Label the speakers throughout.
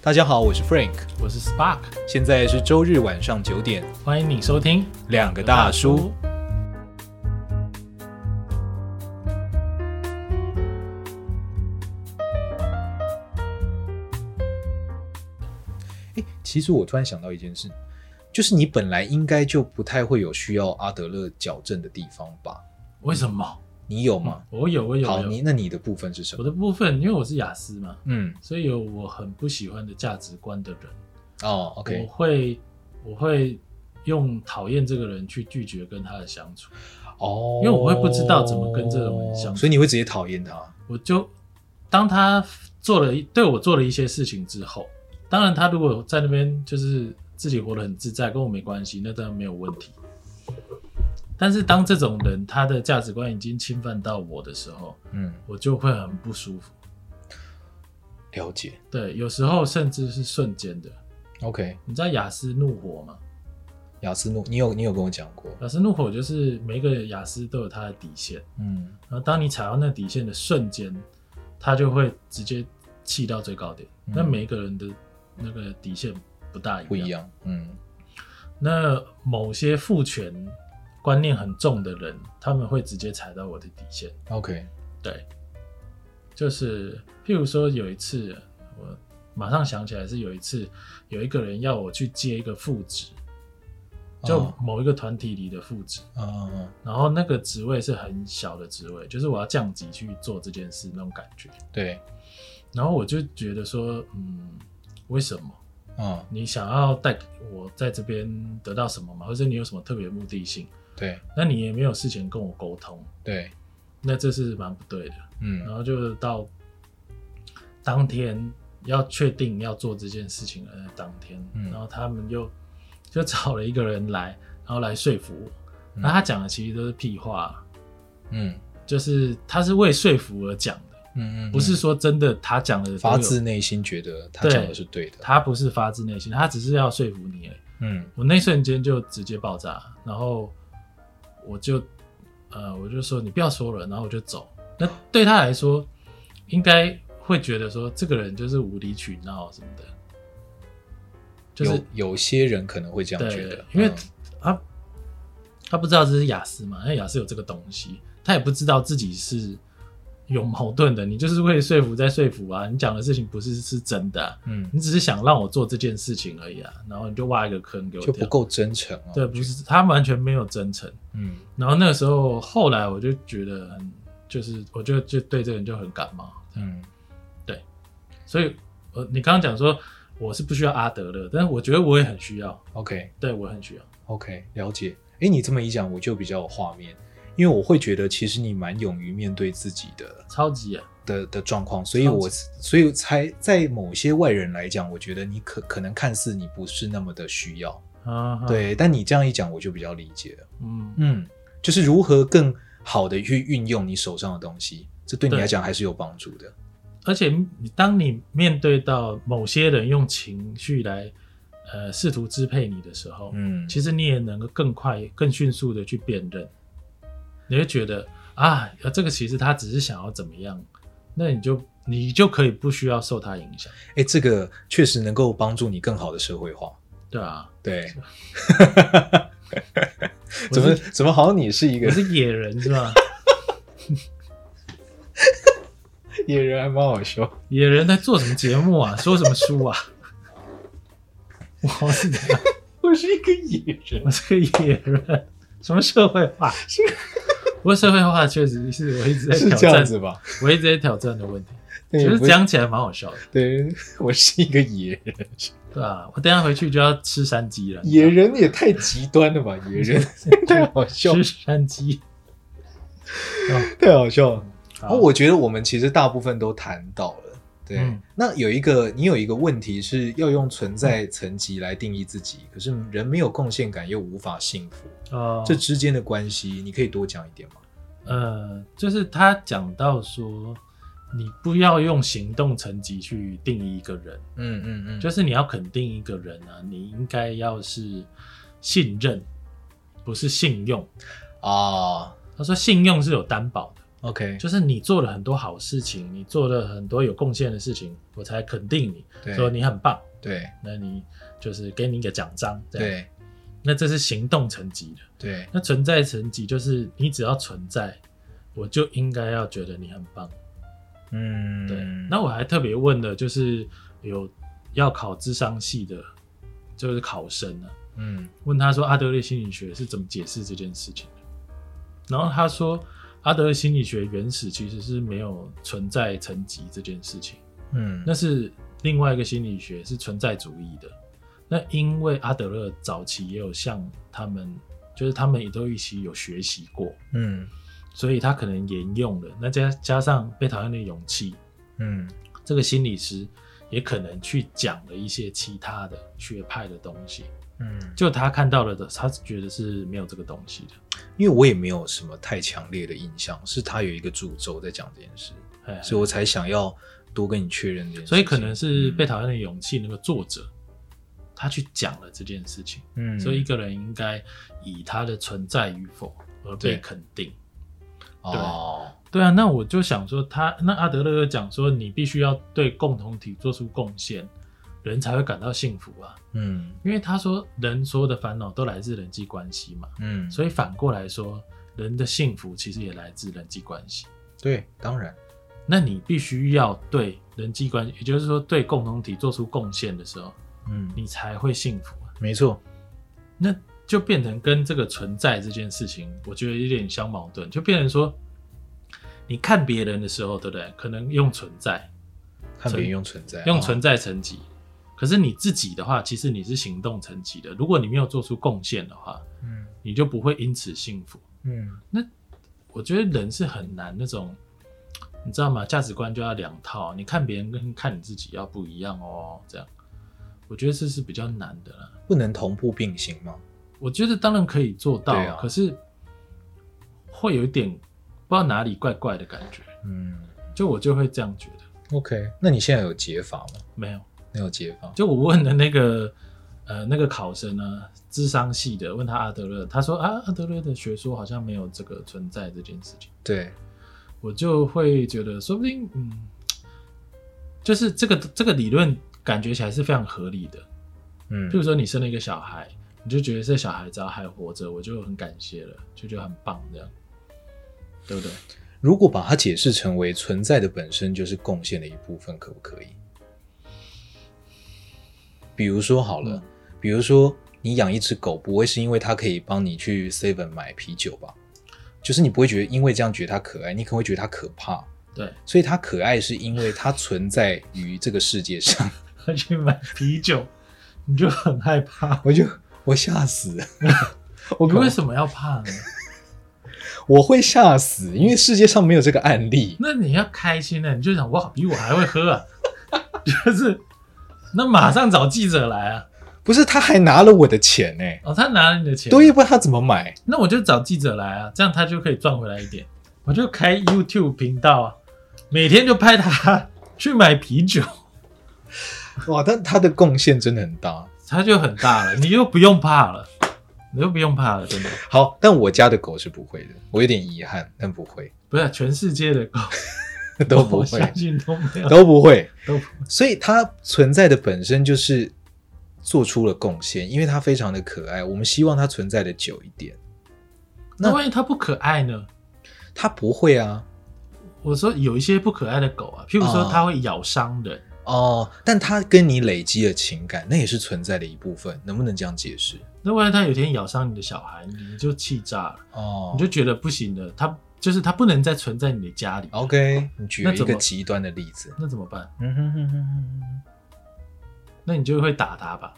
Speaker 1: 大家好，我是 Frank，
Speaker 2: 我是 Spark，
Speaker 1: 现在是周日晚上九点，
Speaker 2: 欢迎你收听
Speaker 1: 两个大叔。诶，其实我突然想到一件事，就是你本来应该就不太会有需要阿德勒矫正的地方吧？
Speaker 2: 为什么？
Speaker 1: 你有吗？
Speaker 2: 我有，嗯我有，
Speaker 1: 好，
Speaker 2: 我有
Speaker 1: 你那你的部分是什
Speaker 2: 我
Speaker 1: 么？
Speaker 2: 的部分，因为我是雅思嘛，
Speaker 1: 嗯，
Speaker 2: 所以有我很不喜欢的价值观的人，
Speaker 1: 哦
Speaker 2: 我
Speaker 1: ，OK，
Speaker 2: 会我会用讨厌这个人去拒绝跟他的相处，
Speaker 1: 哦，
Speaker 2: 因为我会不知道怎么跟这种人相处
Speaker 1: 所以你会直接讨厌他。
Speaker 2: 我就当他做了一对我做了一些事情之后，当然他如果在那边就是自己活得很自在，跟我没关系，那当然没有问题。但是当这种人他的价值观已经侵犯到我的时候，
Speaker 1: 嗯，
Speaker 2: 我就会很不舒服。
Speaker 1: 了解。
Speaker 2: 对，有时候甚至是瞬间的。
Speaker 1: OK，
Speaker 2: 你知道雅思怒火吗？
Speaker 1: 雅思诺，你有你有跟我讲过。
Speaker 2: 雅思怒火就是每一个雅思都有它的底线，
Speaker 1: 嗯，
Speaker 2: 然后当你踩到那底线的瞬间，它就会直接气到最高点。
Speaker 1: 嗯
Speaker 2: 那、每一个人的那个底线不大一样。
Speaker 1: 不一样。嗯，
Speaker 2: 那某些父权观念很重的人，他们会直接踩到我的底线。
Speaker 1: OK，
Speaker 2: 对，就是譬如说有一次，我马上想起来是有一次有一个人要我去接一个副职，就
Speaker 1: 哦
Speaker 2: 某一个团体里的副职，
Speaker 1: 嗯嗯嗯，
Speaker 2: 然后那个职位是很小的职位，就是我要降级去做这件事那种感觉。
Speaker 1: 对，
Speaker 2: 然后我就觉得说，嗯，为什么
Speaker 1: 嗯，
Speaker 2: 你想要带给我在这边得到什么吗？或者你有什么特别的目的性？
Speaker 1: 对
Speaker 2: 那你也没有事前跟我沟通，
Speaker 1: 对，
Speaker 2: 那这是蛮不对的。然
Speaker 1: 嗯
Speaker 2: 后就到当天要确定要做这件事情的当天，
Speaker 1: 嗯
Speaker 2: 然后他们又就找了一个人来，然后来说服我。
Speaker 1: 嗯
Speaker 2: 那他讲的其实都是屁话，
Speaker 1: 嗯
Speaker 2: 就是他是为说服而讲的，
Speaker 1: 嗯嗯，
Speaker 2: 不是
Speaker 1: 嗯
Speaker 2: 说真的他讲的都有
Speaker 1: 发自，内心觉得他讲的是对的。
Speaker 2: 他不是发自内心，他只是要说服你而已。
Speaker 1: 嗯
Speaker 2: 我那瞬间就直接爆炸，然后我就呃我就说你不要说了，然后我就走。那对他来说，应该会觉得说这个人就是无理取闹什么的，就是
Speaker 1: 有有些人可能会这样觉
Speaker 2: 对
Speaker 1: 得，，
Speaker 2: 因为
Speaker 1: 嗯
Speaker 2: 他、他不知道这是雅思嘛，因为雅思有这个东西，他也不知道自己是有矛盾的。你就是为说服在说服啊，你讲的事情不是是真的啊、
Speaker 1: 嗯
Speaker 2: 你只是想让我做这件事情而已啊，然后你就挖一个坑给我
Speaker 1: 就不
Speaker 2: 跳。
Speaker 1: 够真诚啊。
Speaker 2: 对，不是他完全没有真诚。
Speaker 1: 嗯
Speaker 2: 然后那个时候，后来我就觉得很，就是我就就对这个人就很感冒。
Speaker 1: 嗯
Speaker 2: 所以，呃，你刚刚讲说我是不需要阿德勒，但是我觉得我也很需要，
Speaker 1: ，OK
Speaker 2: 对我很需要。
Speaker 1: OK，了解。诶，你这么一讲，我就比较有画面，因为我会觉得其实你蛮勇于面对自己的
Speaker 2: 超级啊，
Speaker 1: 的的状况，所以我所以才在某些外人来讲，我觉得你可可能看似你不是那么的需要，
Speaker 2: 啊哈，
Speaker 1: 对，但你这样一讲，我就比较理解了。
Speaker 2: 嗯，
Speaker 1: 嗯，就是如何更好的去运用你手上的东西，这对你
Speaker 2: 对
Speaker 1: 来讲还是有帮助的。
Speaker 2: 而且你当你面对到某些人用情绪来，呃，试图支配你的时候，
Speaker 1: 嗯，
Speaker 2: 其实你也能够更快、更迅速的去辨认，你会觉得啊，呃这个其实他只是想要怎么样，那你就你就可以不需要受他影响，
Speaker 1: 哎、这个确实能够帮助你更好的社会化。
Speaker 2: 对啊，
Speaker 1: 对，
Speaker 2: 我
Speaker 1: 怎么
Speaker 2: 是
Speaker 1: 怎么好像你是一
Speaker 2: 我
Speaker 1: 个
Speaker 2: 是野人是吧？
Speaker 1: 野人，还蛮好笑。
Speaker 2: 野人在做什么节目啊？说什么书啊？我是这样，
Speaker 1: 我是一个野人，
Speaker 2: 我是个野人，什么社会化？不过社会化确实是我一直在
Speaker 1: 是
Speaker 2: 挑
Speaker 1: 这样
Speaker 2: 战，
Speaker 1: 子吧？
Speaker 2: 我一直在挑战的问题。
Speaker 1: 那
Speaker 2: 其
Speaker 1: 也
Speaker 2: 实
Speaker 1: 不是
Speaker 2: 讲起来蛮好笑的，
Speaker 1: 对，我是一个野人，
Speaker 2: 对啊，我等一下回去就要吃山鸡了，
Speaker 1: 野人也太极端了吧？野人 啊太好笑，
Speaker 2: 吃山鸡。
Speaker 1: 太好笑了。
Speaker 2: 好
Speaker 1: 哦，我觉得我们其实大部分都谈到了。对，
Speaker 2: 嗯
Speaker 1: 那有一个你有一个问题是要用存
Speaker 2: 嗯
Speaker 1: 在层级来定义自己，可是人没有贡献感又无法幸福，
Speaker 2: 哦，
Speaker 1: 这之间的关系，你可以多讲一点吗？
Speaker 2: 呃，就是他讲到说，你不要用行动层级去定义一个人，
Speaker 1: 嗯嗯嗯，
Speaker 2: 就是你要肯定一个人啊，你应该要是信任，不是信用。
Speaker 1: 啊，
Speaker 2: 他说信用是有担保的，
Speaker 1: OK，
Speaker 2: 就是你做了很多好事情，你做了很多有贡献的事情，我才肯定你，
Speaker 1: 对
Speaker 2: 说你很棒。
Speaker 1: 对
Speaker 2: 那你就是给你一个奖章，这样。
Speaker 1: 对
Speaker 2: 那这是行动层级的，
Speaker 1: 对
Speaker 2: 那存在层级就是你只要存在，我就应该要觉得你很棒。
Speaker 1: 嗯，
Speaker 2: 对，那我还特别问的就是有要考智商系的，就是考生啊，
Speaker 1: 嗯
Speaker 2: 问他说阿德勒心理学是怎么解释这件事情的，然后他说阿德勒心理学原始其实是没有存在层级这件事情，
Speaker 1: 嗯，
Speaker 2: 那是另外一个心理学是存在主义的。那因为阿德勒早期也有像他们，就是他们也都一起有学习过，
Speaker 1: 嗯
Speaker 2: 所以他可能沿用了。那加加上被讨厌的勇气，
Speaker 1: 嗯
Speaker 2: 这个心理师也可能去讲了一些其他的学派的东西，
Speaker 1: 嗯，
Speaker 2: 就他看到了的，他觉得是没有这个东西的。
Speaker 1: 因为我也没有什么太强烈的印象，是他有一个主轴在讲这件事，
Speaker 2: 哎，
Speaker 1: 所以我才想要多跟你确认这件事情。
Speaker 2: 所以可能是被
Speaker 1: 嗯
Speaker 2: 讨厌的勇气那个作者，他去讲了这件事情。
Speaker 1: 嗯，
Speaker 2: 所以一个人应该以他的存在与否而被
Speaker 1: 对
Speaker 2: 肯定。
Speaker 1: 哦，
Speaker 2: 对啊，那我就想说他，那阿德勒又讲说，你必须要对共同体做出贡献，人才会感到幸福啊。
Speaker 1: 嗯
Speaker 2: 因为他说，人所有的烦恼都来自人际关系嘛，
Speaker 1: 嗯，
Speaker 2: 所以反过来说，人的幸福其实也来自人际关系。
Speaker 1: 对，当然，
Speaker 2: 那你必须要对人际关系，也就是说对共同体做出贡献的时候，
Speaker 1: 嗯，
Speaker 2: 你才会幸福啊。
Speaker 1: 没错，
Speaker 2: 那就变成跟这个存在这件事情，我觉得有点相矛盾，就变成说，你看别人的时候，对不对？可能用存在，
Speaker 1: 看别人用存在，
Speaker 2: 用
Speaker 1: 哦
Speaker 2: 存在层级。可是你自己的话，其实你是行动层级的。如果你没有做出贡献的话，
Speaker 1: 嗯
Speaker 2: 你就不会因此幸福。
Speaker 1: 嗯
Speaker 2: 我觉得人是很难那种，你知道吗？价值观就要两套，你看别人跟看你自己要不一样哦。这样，我觉得这是比较难的啦。
Speaker 1: 不能同步并行吗？
Speaker 2: 我觉得当然可以做到，
Speaker 1: 对啊
Speaker 2: 可是会有一点不知道哪里怪怪的感觉，
Speaker 1: 嗯
Speaker 2: 就我就会这样觉得。
Speaker 1: ，OK，那你现在有解法吗？
Speaker 2: 没有，
Speaker 1: 没有解法，
Speaker 2: 就我问的那个呃那个考生呢，智商系的，问他阿德勒，他说啊阿德勒的学说好像没有这个存在这件事情，
Speaker 1: 对，
Speaker 2: 我就会觉得说不定嗯，就是这个这个理论感觉起来是非常合理的，
Speaker 1: 嗯
Speaker 2: 譬如说你生了一个小孩，你就觉得这小孩只要还活着，我就很感谢了，就觉得很棒这样，对不对？
Speaker 1: 如果把它解释成为存在的本身就是贡献的一部分，可不可以？比如说好了，
Speaker 2: 嗯
Speaker 1: 比如说你养一只狗，不会是因为它可以帮你去 Seven 买啤酒吧？就是你不会觉得因为这样觉得它可爱，你可能会觉得它可怕。
Speaker 2: 对，
Speaker 1: 所以它可爱是因为它存在于这个世界上。
Speaker 2: 他去买啤酒，你就很害怕。
Speaker 1: 我就我吓 死了，我
Speaker 2: 你
Speaker 1: 可
Speaker 2: 为什么要怕呢？
Speaker 1: 我会吓死，因为世界上没有这个案例。
Speaker 2: 那你要开心呢，你就想哇，比我还会喝啊， 就是那马上找记者来啊。
Speaker 1: 不是，他还拿了我的钱呢、
Speaker 2: 哦，他拿了你的钱，
Speaker 1: 对，不然他怎么买？
Speaker 2: 那我就找记者来啊，这样他就可以赚回来一点。我就开 YouTube 频道啊，每天就拍他 去买啤酒。
Speaker 1: 哇，但他的贡献真的很大。
Speaker 2: 它就很大了，你又不用怕了，你又不用怕了，真的
Speaker 1: 好，但我家的狗是不会的，我有点遗憾，但不会，
Speaker 2: 不是啊全世界的狗
Speaker 1: 都不
Speaker 2: 我
Speaker 1: 会
Speaker 2: 相，信都没有
Speaker 1: 都不会。
Speaker 2: 都
Speaker 1: 所以它存在的本身就是做出了贡献，因为它非常的可爱，我们希望它存在的久一点。那
Speaker 2: 那万一它不可爱呢？
Speaker 1: 它不会啊，
Speaker 2: 我说有一些不可爱的狗啊，譬如说
Speaker 1: 哦
Speaker 2: 它会咬伤人，
Speaker 1: 哦，但它跟你累积了情感，那也是存在的一部分，能不能这样解释？
Speaker 2: 那万一它有一天咬伤你的小孩，你就气炸了，
Speaker 1: 哦，
Speaker 2: 你就觉得不行了，它就是它不能再存在你的家里，
Speaker 1: OK，你举了
Speaker 2: 那
Speaker 1: 一
Speaker 2: 怎
Speaker 1: 个
Speaker 2: 么
Speaker 1: 极端的例子。
Speaker 2: 那怎么办？
Speaker 1: 嗯哼哼哼哼哼，
Speaker 2: 那你就会打它吧，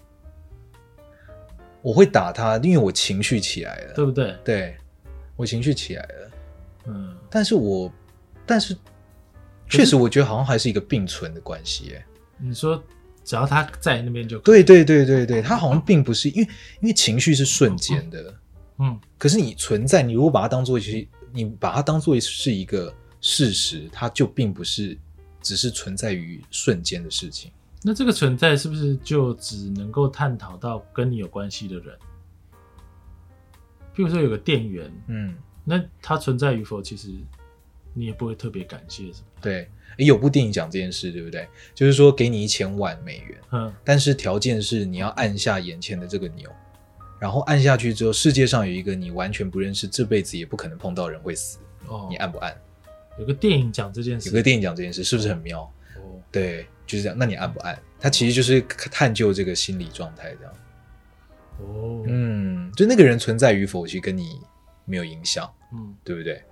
Speaker 1: 我会打他，因为我情绪起来了。
Speaker 2: 对不对？
Speaker 1: 对我情绪起来了，
Speaker 2: 嗯，
Speaker 1: 但是我，但是确实我觉得好像还是一个并存的关系。哎，
Speaker 2: 你说只要它在那边就可以，
Speaker 1: 对对对对对，它好像并不是因为因为情绪是瞬间的，
Speaker 2: 嗯，
Speaker 1: 可是你存在，你如果把它当做是，你把它当做是一个事实，它就并不是只是存在于瞬间的事情。
Speaker 2: 那这个存在是不是就只能够探讨到跟你有关系的人？譬如说有个店员，
Speaker 1: 嗯，
Speaker 2: 那他存在与否，其实你也不会特别感谢什么。
Speaker 1: 对，诶有部电影讲这件事，对不对？就是说给你一千万美元，
Speaker 2: 嗯，
Speaker 1: 但是条件是你要按下眼前的这个钮，然后按下去之后，世界上有一个你完全不认识、这辈子也不可能碰到的人会死，
Speaker 2: 哦
Speaker 1: 你，按不按？
Speaker 2: 有个电影讲这件事，
Speaker 1: 有个电影讲这件事，是不是很妙？
Speaker 2: 哦，
Speaker 1: 对，就是这样。那你按不按？他其实就是探究这个心理状态，这样。
Speaker 2: 哦，
Speaker 1: 嗯，就那个人存在与否，其实跟你没有影响，
Speaker 2: 嗯，
Speaker 1: 对不对？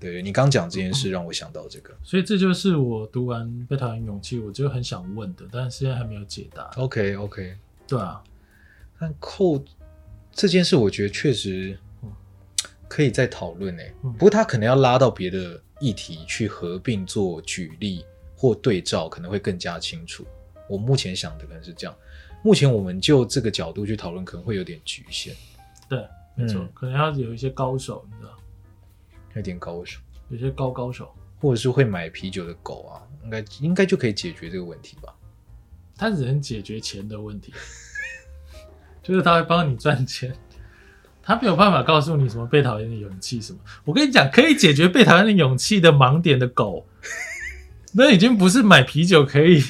Speaker 1: 对你刚讲这件事，让我想到这个。
Speaker 2: 所以这就是我读完《被讨厌勇气》，我就很想问的，但是现在还没有解答。
Speaker 1: OK OK，
Speaker 2: 对啊，
Speaker 1: 但扣这件事，我觉得确实
Speaker 2: 嗯
Speaker 1: 可以再讨论诶。
Speaker 2: 嗯
Speaker 1: 不过他可能要拉到别的议题去合并做举例或对照，可能会更加清楚。我目前想的可能是这样。目前我们就这个角度去讨论，可能会有点局限，
Speaker 2: 对，没错，
Speaker 1: 嗯
Speaker 2: 可能要有一些高手，你知道，
Speaker 1: 有点高手，
Speaker 2: 有些高高手，
Speaker 1: 或者是会买啤酒的狗啊，应该应该就可以解决这个问题吧？
Speaker 2: 他只能解决钱的问题， 就是他会帮你赚钱。他没有办法告诉你什么被讨厌的勇气什么。我跟你讲，可以解决被讨厌的勇气的盲点的狗，那已经不是买啤酒可以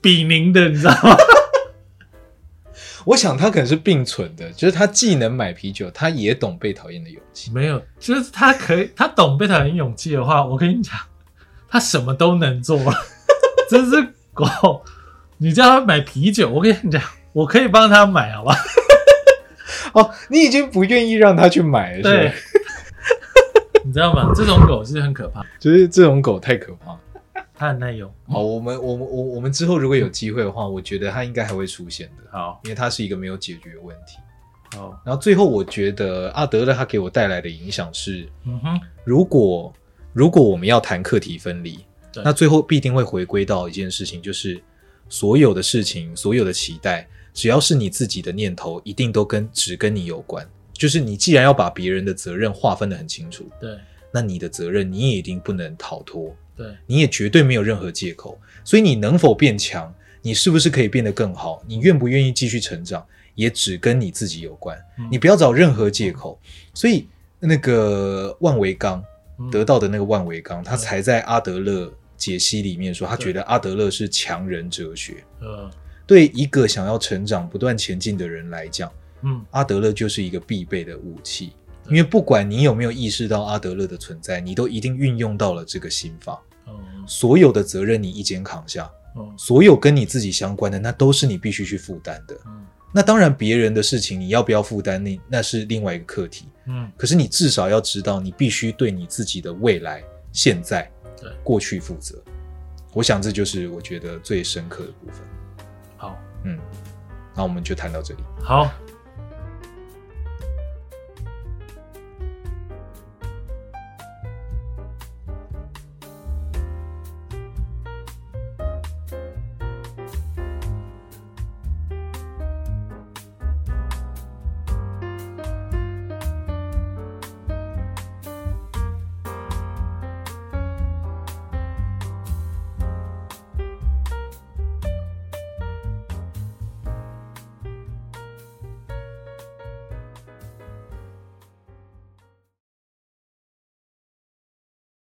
Speaker 2: 比邻的，你知道吗？
Speaker 1: 我想他可能是并存的，就是他既能买啤酒，他也懂被讨厌的勇气。
Speaker 2: 没有，就是他可以，他懂被讨厌勇气的话，我跟你讲，他什么都能做 了。这只狗，你叫他买啤酒，我跟你讲，我可以帮他买，好吧？
Speaker 1: 哦，你已经不愿意让他去买了，是
Speaker 2: 对
Speaker 1: 吧？，
Speaker 2: 你知道吗？这种狗是很可怕，
Speaker 1: 就是这种狗太可怕了。
Speaker 2: 它很耐用。
Speaker 1: 好，我们我们我我们之后如果有机会的话，我觉得它应该还会出现的，
Speaker 2: 好，
Speaker 1: 因为它是一个没有解决的问题。
Speaker 2: 好，
Speaker 1: 然后最后，我觉得阿德勒他给我带来的影响是，
Speaker 2: 嗯哼，
Speaker 1: 如果如果我们要谈课题分离，
Speaker 2: 对
Speaker 1: 那最后必定会回归到一件事情，就是所有的事情、所有的期待，只要是你自己的念头，一定都跟只跟你有关。就是你既然要把别人的责任划分得很清楚，
Speaker 2: 对
Speaker 1: 那你的责任你也一定不能逃脱，
Speaker 2: 对
Speaker 1: 你也绝对没有任何借口。所以你能否变强，你是不是可以变得更好，你愿不愿意继续成长，也只跟你自己有关
Speaker 2: 嗯。
Speaker 1: 你不要找任何借口。所以那个万维刚
Speaker 2: 嗯
Speaker 1: 得到的那个万维刚，他才在阿德勒解析里面说，他觉得阿德勒是强人哲学。
Speaker 2: 呃，
Speaker 1: 对一个想要成长、不断前进的人来讲，
Speaker 2: 嗯，
Speaker 1: 阿德勒就是一个必备的武器。
Speaker 2: 对
Speaker 1: 因为不管你有没有意识到阿德勒的存在，你都一定运用到了这个心法。
Speaker 2: 哦，
Speaker 1: 所有的责任你一肩扛下，
Speaker 2: 哦，
Speaker 1: 所有跟你自己相关的，那都是你必须去负担的。
Speaker 2: 嗯
Speaker 1: 那当然，别人的事情你要不要负担，那那是另外一个课题。
Speaker 2: 嗯，
Speaker 1: 可是你至少要知道，你必须对你自己的未来、现在
Speaker 2: 对、
Speaker 1: 过去负责。我想这就是我觉得最深刻的部分。
Speaker 2: 好，
Speaker 1: 嗯，那我们就谈到这里。
Speaker 2: 好，